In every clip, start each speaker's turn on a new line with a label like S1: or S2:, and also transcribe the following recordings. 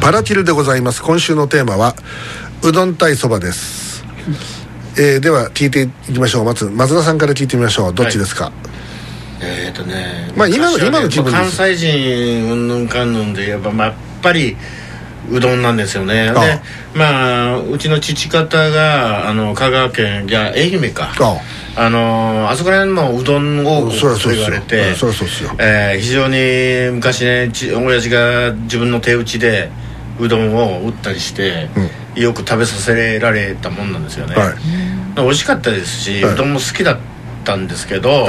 S1: パラティルでございます今週のテーマはうどん対そばです、えーでは聞いていきましょうまず松田さんから聞いてみましょうどっちですか、
S2: えー、とね
S1: まあ今の
S2: 昔はね
S1: 今の気分です
S2: まあ関西人うんぬんかんぬんで言えば、まあ、やっぱりうどんなんですよ
S1: あ
S2: ね
S1: あ
S2: でまあうちの父方があの香川県いや愛媛か
S1: あ
S2: あのあそこら辺のうどん王国
S1: そりゃ
S2: と
S1: そうですよ
S2: 言われて
S1: そりゃそうですよ
S2: えー非常に昔ねち親父が自分の手打ちでうどんを打ったりして、よく食べさせられたもんなんですよね、
S1: はい
S2: 美味しかったですし、
S1: はいう
S2: どんも好きだったんですけど、
S1: はい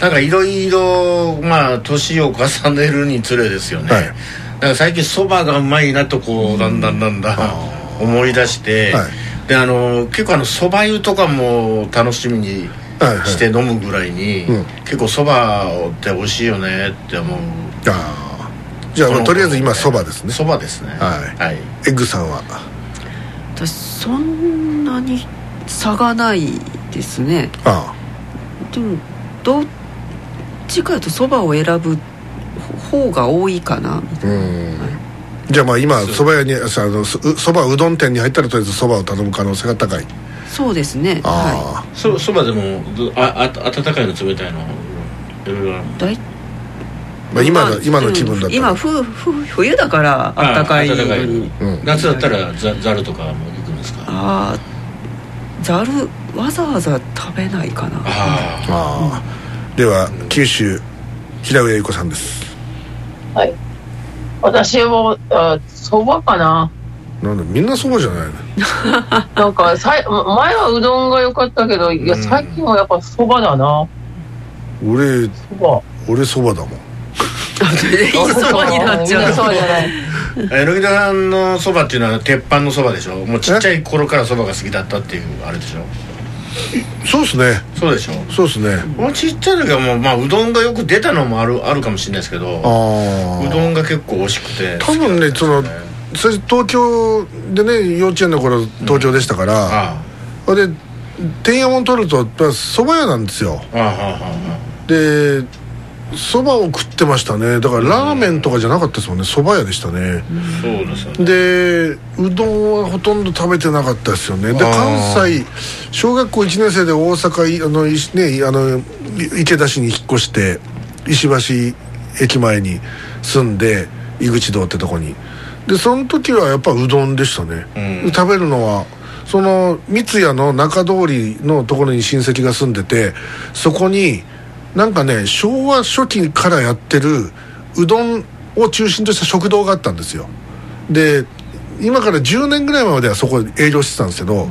S2: なんかいろいろまあ年を重ねるにつれですよね、
S1: はい
S2: なんか最近そばがうまいなとこうだんだんだんだん思い出して、
S1: は
S2: であの結構あのそば湯とかも楽しみに
S1: はいはい
S2: して飲むぐらいに、
S1: うん
S2: 結構そばって美味しいよねって思う
S1: あーじゃあ、まあとりあえず今そばですね
S2: そばですね
S1: はい
S2: はい、
S1: エッグさんは
S3: 私そんなに差がないですね
S1: あ
S3: でもどっちかというとそばを選ぶ方が多いかなみ
S1: あ
S3: た
S1: う
S3: いな、
S1: んじゃあまあ今そば屋にさあのすうそばうどん店に入ったらとりあえずそばを頼む可能性が高い
S3: そうですねは
S1: あ
S2: そそばでもどああ温かいの冷たいのいろいろ
S3: いだい
S1: あ、まあ、今
S3: ま
S1: の
S3: あ
S1: 今の気分だっ
S3: うん
S1: た
S3: 今
S1: ら
S3: ふふ冬だからあったかいの
S2: ああったかい
S3: に
S1: うん
S2: 夏だったらざざるとかも行くんですかあ
S3: ああざるわざわざ食べないかな
S2: あ
S1: ああでは九州平上由子さんです
S4: はい。私も、あそばかな。
S1: なんだみんなそばじゃないの
S4: なんか、さい、前はうどんが良かったけど、いや、
S2: うん
S4: 最近はやっぱそばだな。
S1: 俺
S4: そば。
S1: 俺そばだもん
S3: そばになっちゃ
S4: み
S3: うん
S4: そうじゃない。
S2: 柳田さんのそばっていうのは鉄板のそばでしょもうちっちゃい頃からそばが好きだったっていうあれでしょ
S1: そうっすね
S2: そうでしょ
S1: そうっすね
S2: もうちっちゃい時はもう、まあ、うどんがよく出たのもあるあるかもしれないですけどう
S1: ああ
S2: どんが結構美味しくて
S1: 多分ねその最初東京でね幼稚園の頃東京でしたから、
S2: あ
S1: それで天安門取るとそば屋なんですよ
S2: ああああ
S1: でそばを食ってましたねだからラーメンとかじゃなかったですもんねそば屋でしたね
S2: ああそうですよね
S1: でうどんはほとんど食べてなかったですよねで
S2: あー
S1: 関西小学校1年生で大阪いあの、いね、あのい池田市に引っ越して石橋駅前に住んで井口堂ってとこにでその時はやっぱうどんでしたね、
S2: うん
S1: 食べるのはその三ツ矢の中通りのところに親戚が住んでてそこになんかね昭和初期からやってるうどんを中心とした食堂があったんですよで今から10年ぐらい前まではそこで営業してたんですけど、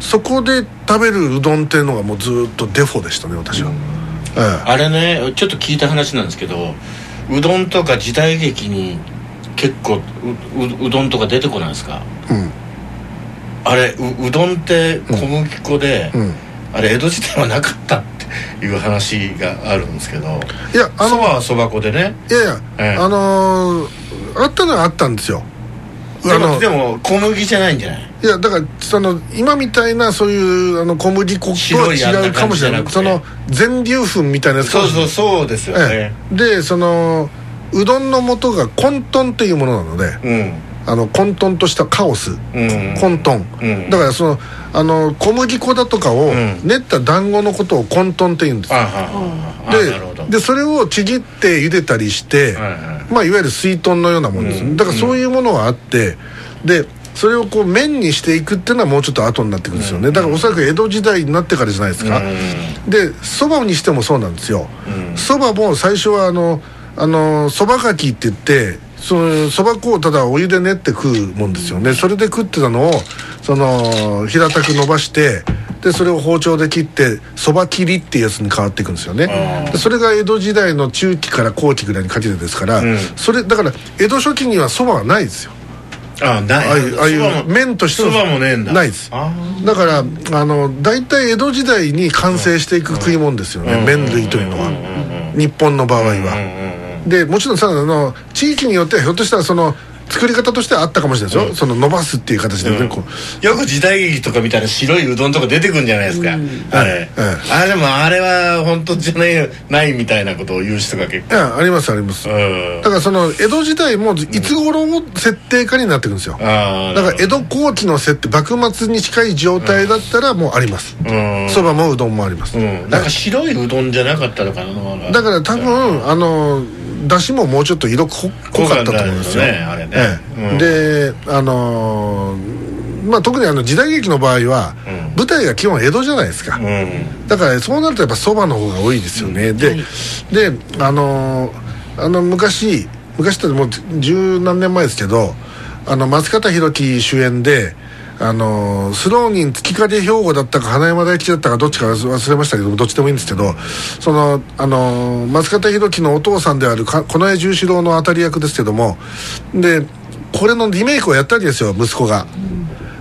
S1: そこで食べるうどんっていうのがもうずっとデフォでしたね私は、え
S2: あれねちょっと聞いた話なんですけどうどんとか時代劇に結構うううどんとか出てこないですか
S1: え
S2: あれううどんって小麦粉で、
S1: うんうん
S2: あれ江戸時代はなかったっていう話があるんですけど
S1: いやあ
S2: そば
S1: の
S2: はそば粉でね
S1: いやいや、
S2: ええ
S1: あのーあったのはあったんですよ
S2: で
S1: あの
S2: もでも小麦じゃないんじゃない
S1: いやだからその今みたいなそういうあの小麦粉とは
S2: 白いあんな
S1: 違うかもしれない
S2: 感じじ
S1: そ
S2: ゃな
S1: の
S2: く
S1: 全粒粉みたいなやつか
S2: そ
S1: も
S2: う
S1: し
S2: そ
S1: れ
S2: うそうですよ
S1: ない
S2: ね、
S1: ええでそのうどんの素が混沌っていうものなのであの混沌としたカオス
S2: うんうん
S1: 混沌、
S2: うん
S1: だからそのあの小麦粉だとかを
S2: ん
S1: 練った団子のことを混沌って言うんです
S2: あはああなるほど
S1: ででそれをちぎって茹でたりして、
S2: はいは
S1: まあ、いわゆる水豚のようなもんです、
S2: うん
S1: だからそういうものはあってでそれをこう麺にしていくっていうのはもうちょっと後になってくるんですよね、だからおそらく江戸時代になってからじゃないですか、でそばにしてもそうなんですよ
S2: うん
S1: そば、も最初はあのあのそばかきって言ってそのそば粉をただお湯で練って食うもんですよね、それで食ってたのをその平たく伸ばしてでそれを包丁で切ってそば切りっていうやつに変わっていくんですよね
S2: あー
S1: でそれが江戸時代の中期から後期ぐらいにかけてですから、
S2: うん
S1: それだから江戸初期にはそばはないですよ
S2: あない
S1: ああいうああいう
S2: そばも
S1: 麺として
S2: そ
S1: の
S2: ばもねえんだ
S1: ないです
S2: あ
S1: だからあの大体江戸時代に完成していく食い物ですよね、
S2: うん
S1: 麺類というのは、日本の場合
S2: あ
S1: は、
S2: うんうんうん
S1: でもちろんさあの地域によってはひょっとしたらその作り方としてはあったかもしれないですよ、
S2: うん
S1: その伸ばすっていう形でね、
S2: うん
S1: こう
S2: よく時代劇とか見たら白いうどんとか出てくるんじゃないですか、
S3: うん
S2: あれ、
S1: うん
S2: あれでもあれは本当じゃないないみたいなことを言う人が結
S1: いやありますあります、
S2: 構うん
S1: だからその江戸時代もいつ頃も設定化になってくるんですよ、
S2: あー
S1: だから江戸後期の設定幕末に近い状態だったらもうあります
S2: うん
S1: そば、もうどんもあります、
S2: うんなんか白いうどんじゃなかったのかななん
S1: だから多分あの出汁ももうちょっと色濃濃かったと思うんですよ、
S2: 濃かったんだよねあれねうん
S1: ええであのーまあ特にあの時代劇の場合は、
S2: うん
S1: 舞台が基本江戸じゃないですか、
S2: うん
S1: だからそうなるとやっぱそばの方が多いですよね、で、
S3: はい
S1: であのーあの昔昔ってもう十何年前ですけどあの松方弘樹主演であのースローニン月影兵庫だったか花山大吉だったかどっちか忘れましたけどどっちでもいいんですけどそのあのー松方弘樹のお父さんであるか近衛十四郎の当たり役ですけどもでこれのリメイクをやったわけですよ息子が。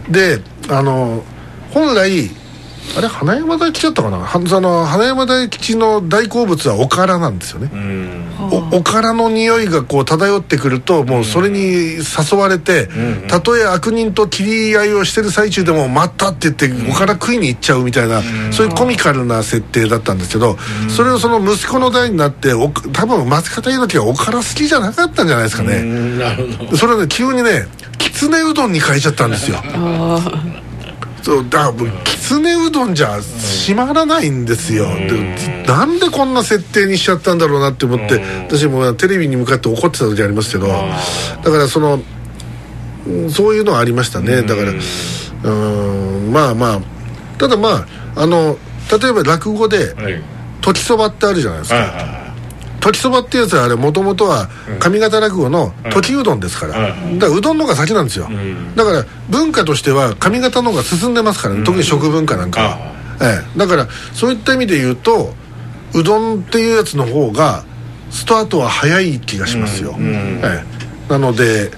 S1: であの本来あれ花山大吉だったかなはその花山大吉の大好物はおからなんですよね、
S2: うん
S1: おおからの匂いがこう漂ってくるともうそれに誘われて、
S2: んうん
S1: たとえ悪人と切り合いをしてる最中でも「待った」って言っておから食いに行っちゃうみたいな、そういうコミカルな設定だったんですけど、それをその息子の代になってお多分松方猪木はおから好きじゃなかったんじゃないですか
S2: う
S1: ね、
S2: んなるほど
S1: それをね急にねきつねうどんに変えちゃったんですよ
S3: あ
S1: そうだからもうきつねうどんじゃ閉まらないんですよ、でなんでこんな設定にしちゃったんだろうなって思って、
S2: うん
S1: 私もテレビに向かって怒ってた時ありますけど、だからそのうんそういうのはありましたね、だからうーんまあまあただまああの例えば落語で
S2: はいはい
S1: 「時そば」ってあるじゃないです
S2: は
S1: か、
S2: い
S1: 時そばっていうやつはあれもともとは上方落語の時うどんですから、
S2: う
S1: だからうどんの方が先なんですよ、
S2: ん
S1: だから文化としては上方の方が進んでますからね、特に食文化なんかは、ええ、だからそういった意味で言うとうどんっていうやつの方がスタートは早い気がしますよ、
S2: うんうん
S1: ええ、なので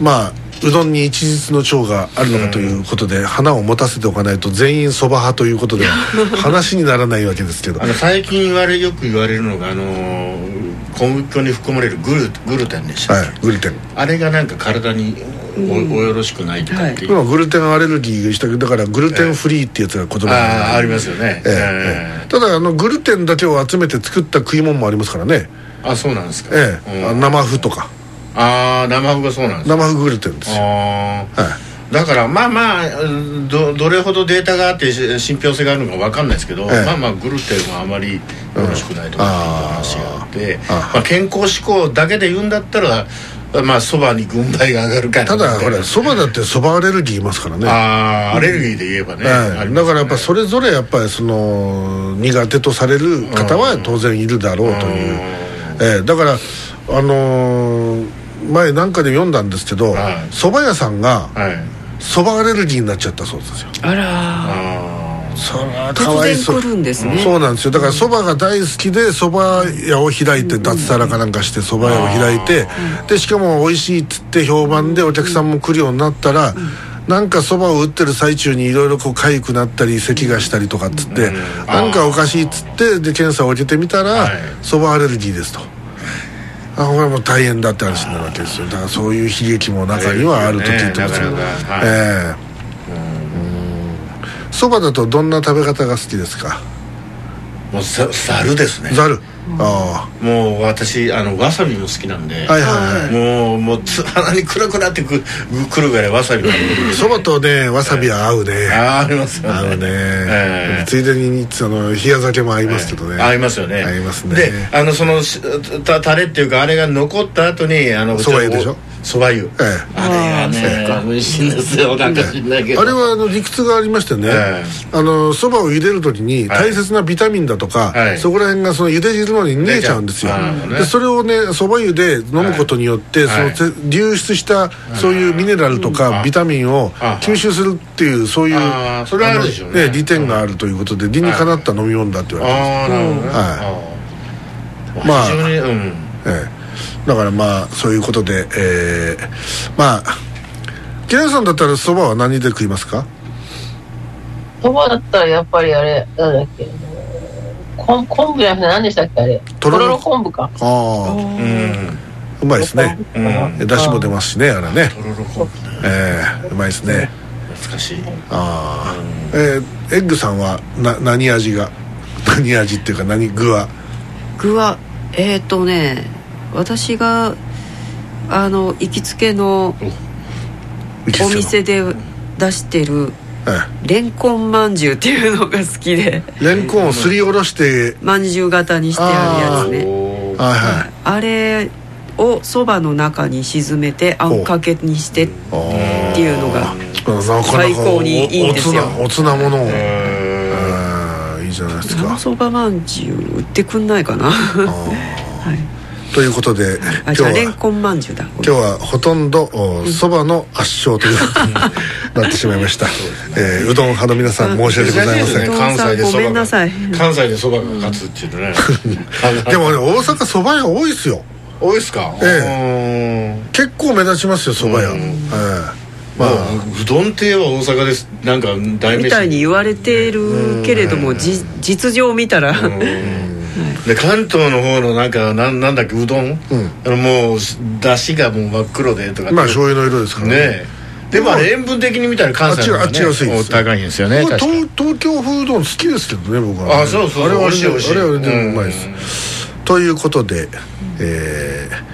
S1: まあうどんに一日の長があるのかということで、花を持たせておかないと全員そば派ということでは話にならないわけです けど
S2: あの最近言われよく言われるのがあのー小麦粉に含まれるグルグルテンでしたっけ、
S1: はい、グルテン
S2: あれがなんか体にお,、およろしくないとかっていう、
S1: 今グルテンアレルギーでしたけどだからグルテンフリーってやつが言葉にな
S2: ああありますよね、
S1: ええええ
S2: え
S1: ただあのグルテンだけを集めて作った食い物もありますからね、
S2: えあそうなんですか、
S1: ええあ
S2: うん
S1: 生麩とか
S2: ああ生麩がそうなんですか
S1: 生麩グルテンですよ
S2: ああ
S1: は
S2: だからまあまあうんどどれほどデータがあってし信憑性があるのかわかんないですけど、
S1: ええ
S2: まあまあグルテンはあまりよろしくないとかっていう話があって、
S1: あー
S2: まあ、健康志向だけで言うんだったらまあそばに軍配が上がるか
S1: いた
S2: な
S1: だ
S2: みい
S1: ほ
S2: な
S1: らそばだってそばアレルギーいますからね
S2: ああアレルギーで言えばね、あ
S1: は
S2: り
S1: い、
S2: ます
S1: だ
S2: よね
S1: からやっぱそれぞれやっぱりその苦手とされる方は当然いるだろうという、ええだからあのー前なんかで読んだんですけど
S2: はい
S1: そば、蕎麦屋さんが
S2: はい
S1: そばアレルギーになっちゃったそうですよ
S3: あら
S2: あ
S1: そら
S3: 突然来るんですね
S1: そうなんですよだからそばが大好きでそば屋を開いて脱サラかなんかしてそば屋を開いてでしかも美味しいっつって評判でお客さんも来るようになったらなんかそばを打ってる最中にいろいろこう痒くなったり咳がしたりとかっつって
S2: うん
S1: なんかおかしいっつってで検査を受けてみたら
S2: はい
S1: そばアレルギーですと。あこれもう大変だって話になるわけですよだからそういう悲劇も中にはあると聞いてますけど
S2: なかなかはい
S1: ええそばだとどんな食べ方が好きですか
S2: あもうざざるですね
S1: ざるあ
S2: もう私あのわさびも好きなんで、
S1: あはいはいは
S2: もうもうつ鼻にクラクラってくくるぐらいわさびが
S1: いそばとねわさびは合うね
S2: あーありますよね
S1: 合うね、
S2: ええ
S1: ついでにあの冷や酒も合いますけどね、
S2: 合いますよね
S1: 合いますね
S2: であのそのたタレっていうかあれが残った後にあの
S1: 蕎麦湯でしょ
S2: おそば湯
S1: え
S2: あれ
S3: あーそ
S2: がね美味しいんですよなんか知んないけ
S1: え
S2: ど
S1: あれはあの理屈がありましてね、
S2: え
S1: あのそばを茹でる時に
S2: はい
S1: 大切なビタミンだとか、
S2: はい
S1: そこら辺がその茹で汁のに逃げちゃうんですよ、
S2: 出ちゃうあーね
S1: でそれをねそば湯で飲むことによって、
S2: はい
S1: そのて流出したそういうミネラルとか
S2: あ
S1: ビタミンを
S2: あ
S1: 吸収するっていうそういう
S2: あーそれはあるでしょうね
S1: あの利点があるということで理にかなった飲み物だって言われてます
S2: ああなるほどね、
S1: いまあ
S2: あー非常にうん
S1: ええ、だからまあそういうことで、ええまあケンさんだったらそばは何で食いますか
S4: そばだったらやっぱりあれ、なんだっけ。昆昆布じゃなくて何でしたっけあれ。
S1: と
S4: と
S1: ろ
S4: ろ
S1: ろ
S4: ろ昆布か。
S1: ああ
S2: うん
S1: あ
S4: うまいですね
S5: う
S2: うん
S5: ん
S4: だしも出ますしねあれね
S2: とろろ昆布ね
S4: ええうまいですね
S2: 懐かしい
S4: ああえーエッグさんはな何味が 何味っていうか何具は
S3: 具はえっ、ー、とね私があの行きつけの
S4: 行きつけ
S3: お
S4: の
S3: 店で出してる
S4: え
S3: レンコンまんじゅうっていうのが好き で
S4: えレンコンをすりおろして
S3: まんじゅう型にしてあるやつね
S2: おー
S4: はいはい
S3: あれをそばの中に沈めてあんかけにしてっ
S4: あー
S3: ていうのが
S4: なかなか
S3: 最高にいいんですよ
S4: おおつなおつなものを
S2: え
S4: うんいいじゃないです
S3: 生
S4: か
S3: そばまんじゅう売ってくんないかなはい
S4: ということで今
S3: あ
S4: 日
S3: じゃあレン
S4: は
S3: コンまんじゅうだ
S4: 今日はほとんどおそばの圧勝ということになってしま ました、えーうどん派の皆さん申し
S2: ー
S4: 訳ございま
S2: 珍しい
S4: せ
S2: です
S4: ん
S2: ね関西でそばが
S3: ごめんなさい
S2: 関西でそばが勝つっていう ね
S4: でもね大阪そば屋多いですよ
S2: 多いっすかえ
S4: 結構目立ちますよそば屋
S2: うん
S4: ええま
S2: まあ
S4: あ
S2: うどん亭は大阪ですなんか大名
S3: みたいに言われてるけれどもじ実情を見たら
S2: で関東の方のなんかなんなんだっけうどん、あのもうだしがもう真っ黒でとか
S4: まあ醤油の色ですからね
S2: ねえでもあれ塩分的に見たら関西の
S4: あっ
S2: 方
S4: ちがあっちが安い
S2: ね、
S4: で
S2: お
S4: す
S2: 高いんですよね
S4: 僕
S2: 確かに
S4: 東東京風うどん好きですけどね僕はね
S2: あそうそう
S4: あれはあれで
S2: 美味しい
S4: あれはあれで
S2: 美味しいう
S4: まいですということでえー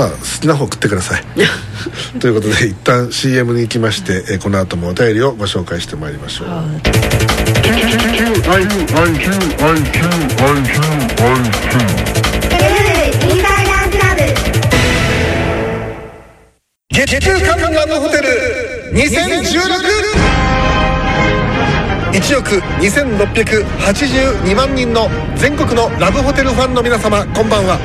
S4: まあ好きな方食ってく ださいということで一旦 CM に行きまして、えーこの後もお便りをご紹介してまいりましょう
S6: テレビインサイダークラブ
S1: 月給カンガムホテル 2016!1 億2682万人の全国のラブホテルファンの皆様こんばんは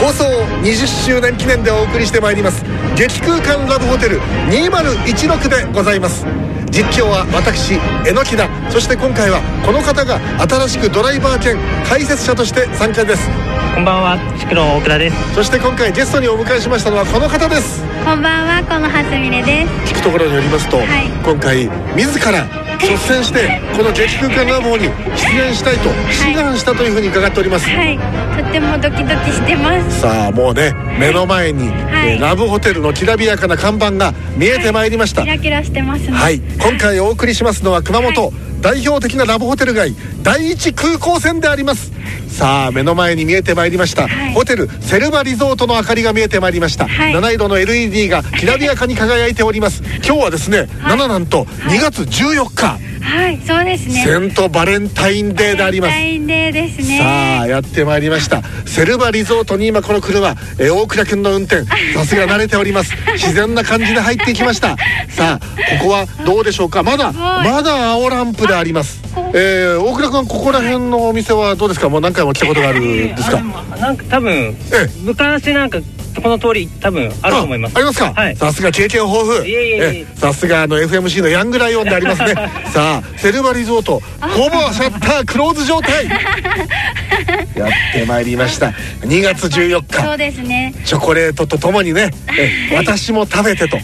S1: 放送20周年記念でお送りしてまいります激空間ラブホテル2016でございます実況は私榎木田そして今回はこの方が新しくドライバー兼解説者として参加です
S7: こんばんは、シクロン大倉です。
S1: そして今回ゲストにお迎えしましたのはこの方です
S8: こんばんは、このはすみれです。
S1: 聞くところによりますと、
S8: い
S1: 今回自ら率先してこの激空間ラボに出演したいと志願したというふうに伺っております、
S8: はい、とってもドキドキしてます。
S1: さあもうね目の前に、
S8: はい
S1: えーラブホテルのきらびやかな看板が見えてまいりました
S8: キ
S1: はい、
S8: ラキラしてますね。
S1: 今回お送りしますのは熊本、代表的なラブホテル街第一空港線でありますさあ目の前に見えてまいりました、
S8: はい
S1: ホテルセルバリゾートの明かりが見えてまいりました、
S8: はい
S1: 七色の LED がきらびやかに輝いております今日はですね、
S8: はい
S1: 7なんと
S8: い
S1: 2月14日、
S8: はい、そうですね。
S1: セントバレンタインデーであります
S8: バレンタインデーですね。
S1: さあやってまいりましたセルバリゾートに今この車、えー大倉君の運転さすが慣れております自然な感じで入っていきましたさあここはどうでしょうかまだ
S8: すごい
S1: まだ青ランプでありますえー大倉君ここら辺のお店はどうですかもう何回も来たことがあるんですか
S7: なんか多分
S1: ええ
S7: 昔なんかこの通り多分あると思います。
S1: あありますか、
S7: はい。
S1: さすが経験豊富
S7: いえいえいえ
S1: さすがあの FMC のヤングライオンであります ねさあセルバリゾートほぼシャッタークローズ状態やってまいりました2月14日
S8: そうですね。
S1: チョコレートとともにね、え私も食べてと、
S8: は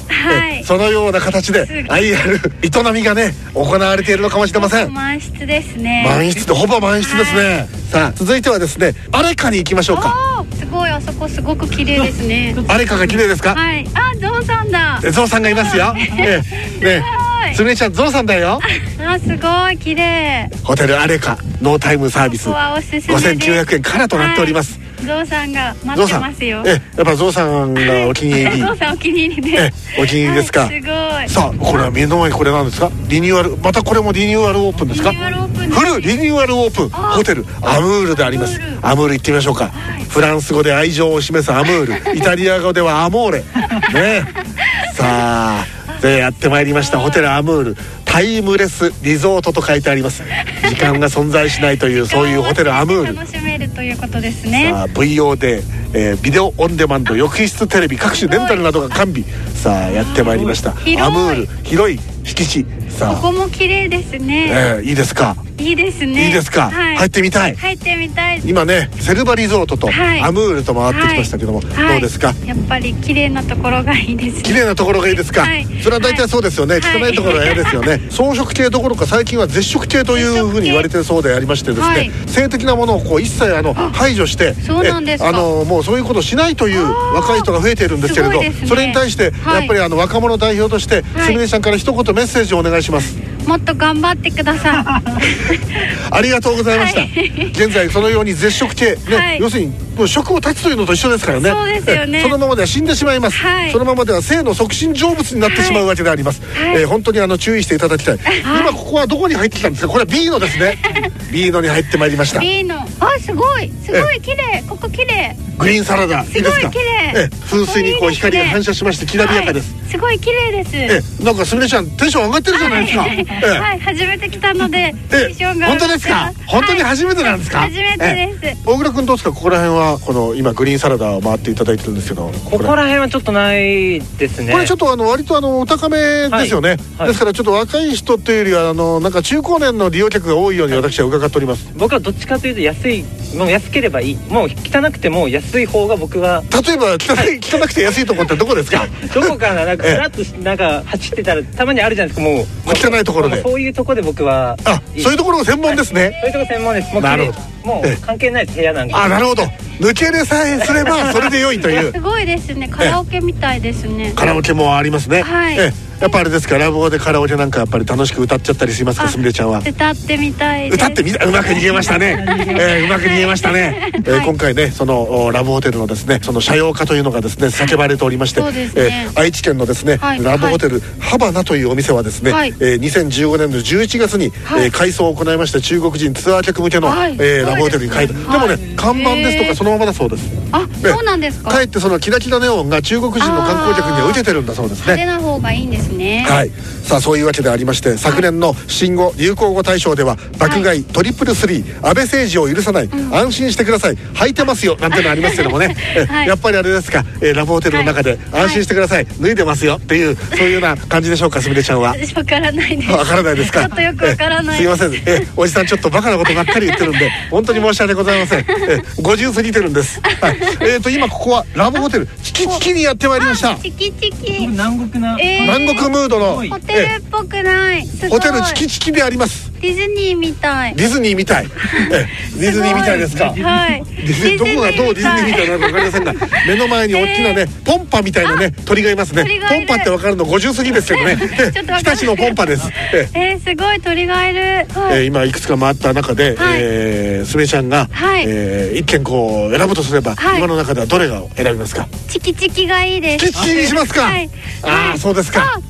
S8: い
S1: えそのような形で愛ある営みがね行われているのかもしれません
S8: 満室ですね。
S1: 満室でほぼ満室ですねさあ続いてはですねアレカに行きましょうか
S8: おーすごい、あそこすごく綺麗ですね。
S1: アレカが綺麗ですか、
S8: はい、あ、ゾウさんだ。
S1: えゾウさんがいます よ、ええね
S8: すごい
S1: すみれちゃんゾウさんだ よ
S8: あ、すごい綺麗。
S1: ホテルアレカノータイムサービス
S8: ここはおすすめです。
S1: 5900円からとなっております、
S8: はい。ゾウさんが
S1: ゾ
S8: 待っ
S1: ウ
S8: て
S1: さん
S8: ますよ。
S1: ええやっぱゾウさんがお気に入り
S8: ゾウさんお気に入り
S1: え
S8: です。
S1: えお気に入りですか
S8: はいすごい。
S1: さあこれは目の前にこれなんですかリニューアルまたこれもリニューアルオープンですか
S8: リニューアルオープンです
S1: フルリニューアルオープン
S8: あー
S1: ホテルアムールであります
S8: アムール
S1: アムール行ってみましょうか、フランス語で愛情を示すアムー ルイタリア語ではアモーレねえさあでやってまいりましたホテルアムールタイムレスリゾートと書いてあります時間が存在しないというそういうホテルアムール
S8: 楽しめるということですね。
S1: さあ VO で、えービデオオンデマンド浴室テレビ各種レンタルなどが完備さあやってまいりました
S8: 広い
S1: アムール広い敷地さ
S8: ここ
S1: あ、
S8: も綺麗ですね。
S1: えーいいですか
S8: いいですね
S1: いいですか、
S8: はい、
S1: 入ってみたい
S8: 入ってみたい
S1: 今ねセルバリゾートと
S8: はい
S1: アムールと回ってきましたけども、
S8: はい
S1: どうですか、
S8: やっぱり綺麗なところがいいですね
S1: 綺麗なところがいいですか、
S8: はい
S1: それは大体そうですよね、
S8: はい
S1: 汚いところは嫌ですよね、草食系どころか最近は絶食系というふうに言われてるそうでありましてですね、
S8: はい
S1: 性的なものをこう一切あの排除して
S8: そうなんですか
S1: えあのもうそういうことをしないという若い人が増えているんですけれ
S8: す
S1: ど、
S8: ごいですね
S1: それに対してやっ
S8: はい
S1: ぱりあの若者代表として、
S8: い
S1: すみれさんから一言メッセージをお願いします
S8: もっと頑張ってくださ
S1: ありがとうございました、
S8: は
S1: 現在そのように絶食系、ね
S8: はい
S1: 要するにもう食を断つというのと一緒ですからね
S8: そうですよね
S1: えそのままでは死んでしまいます、
S8: はい
S1: そのままでは性の促進成仏になってしまうわけであります、
S8: はい
S1: えー本当にあの注意していただきたい、今ここはどこに入ってきたんですかこれは B のです ね B のに入ってまいりました
S8: い B のあすごいすごい綺麗ここ綺麗
S1: グリーンサラダいいです
S8: すご
S1: か
S8: い綺麗
S1: ええ風水にこう
S8: いいですね
S1: 光が反射しましてきらびやかです、
S8: はい、すごい綺麗です
S1: ええなんかすみれちゃんテンション上がってるじゃないですか、
S8: はい、
S1: ええ
S8: はい初めて来たので、
S1: え
S8: テンションが
S1: 本当ですか本当に初めてなんですか、
S8: はい初めてです
S1: え大倉君どうですかここら辺はこの今グリーンサラダを回っていただいてるんですけどこ
S9: ここら辺はちょっとないですね
S1: これちょっとあの割とあのお高めですよね、
S9: はい
S1: ですからちょっと若い人っていうよりはあのなんか中高年の利用客が多いように私は伺っております
S9: 僕はどっちかというと安いもう安ければいいもう汚くても安い方が僕は
S1: 例 えば汚い、汚くて安いとこってどこですか
S9: どこかななんか
S1: ええ
S9: ふらっとなんか走ってたらたまにあるじゃないですかもう
S1: 汚いところで
S9: もうそういうところで僕は
S1: あそういうところが専門ですね、
S9: そういうとこ専門ですもう
S1: なるほ
S9: どもう
S1: ええ
S9: 関係ないです部屋なんで
S1: あなるほど抜けれさえすればそれで良いと いう
S8: すごいですねカラオケみたいですね
S1: カラオケもありますね、
S8: はい
S1: ええやっぱあれですかラブホでカラオケなんかやっぱり楽しく歌っちゃったりしますか
S8: あ
S1: すみれちゃんは
S8: 歌ってみたいです
S1: 歌ってみたうまく逃げましたね、えーうまく逃げましたね、えー今回ねそのおラブホテルのですねその社用化というのがですね叫ばれておりまして、
S8: そうですね
S1: えー愛知県のですね、
S8: はい
S1: ラブホテルハバナというお店はですね、
S8: はい
S1: えー2015年の11月に、
S8: はい
S1: えー改装を行いまして中国人ツアー客向けの、
S8: はい
S1: えー
S8: そうですね
S1: ラブホテルに変えた、でもね、
S8: はい
S1: 看板ですと
S8: へ
S1: か
S8: ー
S1: そのままだそうです
S8: あそうなんですか
S1: かえってそのキラキラネオンが中国人の観光客には受けてるんだそうです
S8: 派手
S1: ね
S8: な方がいいんですね
S1: はい、さあそういうわけでありまして昨年の新語・流行語大賞では爆買い、トリプルスリー安倍政治を許さない、安心してください履いてますよなんてのありますけどもね、え
S8: はい
S1: やっぱりあれですか、えーラブホテルの中で、
S8: はい
S1: 安心してください脱いでますよっていうそういうような感じでしょうかすみれちゃん は。
S8: 私わからないです
S1: わからないですか。
S8: ちょっとよくわからない
S1: えすいません、えおじさんちょっとバカなことばっかり言ってるん で、本当に申し訳ございません。え五十過ぎてるんです。はい。えっ、と今ここはラブホテルチキチキにやってまいりました。
S8: チキチキ
S9: 南国な
S8: えー
S1: 南国ムードの、
S8: ホテルっぽくないす
S1: ホ
S8: ごい
S1: テルチキチキであります。
S8: ディズニーみたい
S1: ディズニーみ たい。ええディズニーみたいですか。
S8: はい
S1: ディズニーどこがどうディズニーみたいなのか分かりませんが目の前に大きなねポンパみたいなね鳥がいますね
S8: 鳥が
S1: ポ
S8: い
S1: ン
S8: る
S1: パって分かるの50過ぎですけ どね
S8: ちょっと分かんない
S1: 日立のポンパです、ええ
S8: えー、すごい鳥がいる、は
S1: えー
S8: い
S1: 今いくつか回った中で、
S8: はい
S1: えーすみれちゃんが、
S8: はい
S1: えー一件こう選ぶとすれば、
S8: はい
S1: 今の中ではどれが選びますか
S8: チキチキがいいで
S1: チ
S8: す
S1: キチキにしますか、
S8: はい
S1: ああそうです
S8: あ
S1: か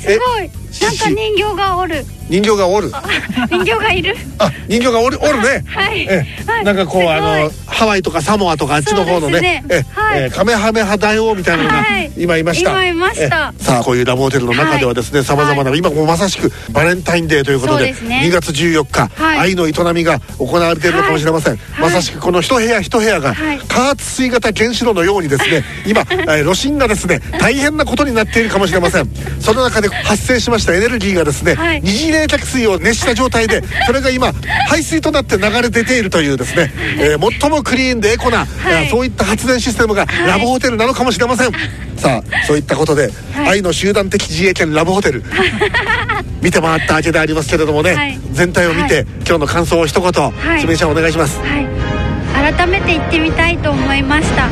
S8: すごいなんか人形がおる
S1: 人形がおるあ
S8: 人形がいる
S1: 人形がおるおるね
S8: はい、
S1: ええ
S8: はい
S1: なんかこう
S8: すごい
S1: あのハワイとかサモアとかあっちの方の
S8: そうです
S1: ね
S8: ね
S1: ええ
S8: はい
S1: ええカメハメハ大王みたいなのが
S8: はい
S1: 今いました、
S8: 今いました
S1: ええさあこういうラブホテルの中ではですね
S8: はい
S1: さまざまな今もうまさしくバレンタインデーということ
S8: そう
S1: で
S8: ですね
S1: 2月14日、
S8: は
S1: 愛
S8: い
S1: の営みが行われているのかもしれません、
S8: い
S1: まさしくこの一部屋一部屋が
S8: はい
S1: 加圧水型原子炉のようにですね今、えー、炉心がですね大変なことになっているかもしれませんその中で発生しましたエネルギーがですね、
S8: はい
S1: 二次冷却水を熱した状態 でそれが今排水となって流れ出ているというですね、えー最もクリーンでエコな、
S8: はい
S1: えーそういった発電システムがラブホテルなのかもしれま せん、さあそういったことで、
S8: はい
S1: 愛の集団的自衛権ラブホテ ル見て回ったわけでありますけれどもね、
S8: はい
S1: 全体を見て、
S8: は
S1: 今日の感想を一言、
S8: い
S1: すみれちゃんお願いします
S8: はい改めて行ってみたいと思いました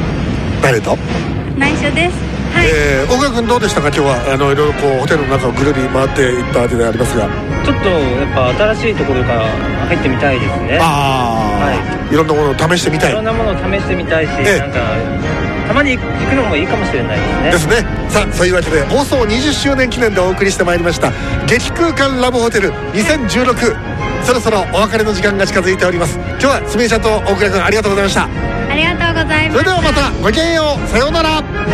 S1: 誰と
S8: 内緒ですはい、
S1: えー、大川君どうでしたか今日はあのいろいろこうホテルの中をぐるり回っていったわけでありますが
S9: ちょっとやっぱ新しいところから入ってみたいですね
S1: ああ、い、ろんなものを試してみた
S9: いろん
S1: い
S9: なものを試してみたいし、
S1: ええ
S9: なんかたまに行くのもいいかもしれないですね
S1: ですねさあそういうわけで放送20周年記念でお送りしてまいりました激空間ラブホテル2016そろそろお別れの時間が近づいております今日はすみれちゃんと大倉君ありがとうございました
S8: ありがとうござい
S1: そ
S8: ま
S1: れ
S8: す
S1: ではまたごきげんようさようなら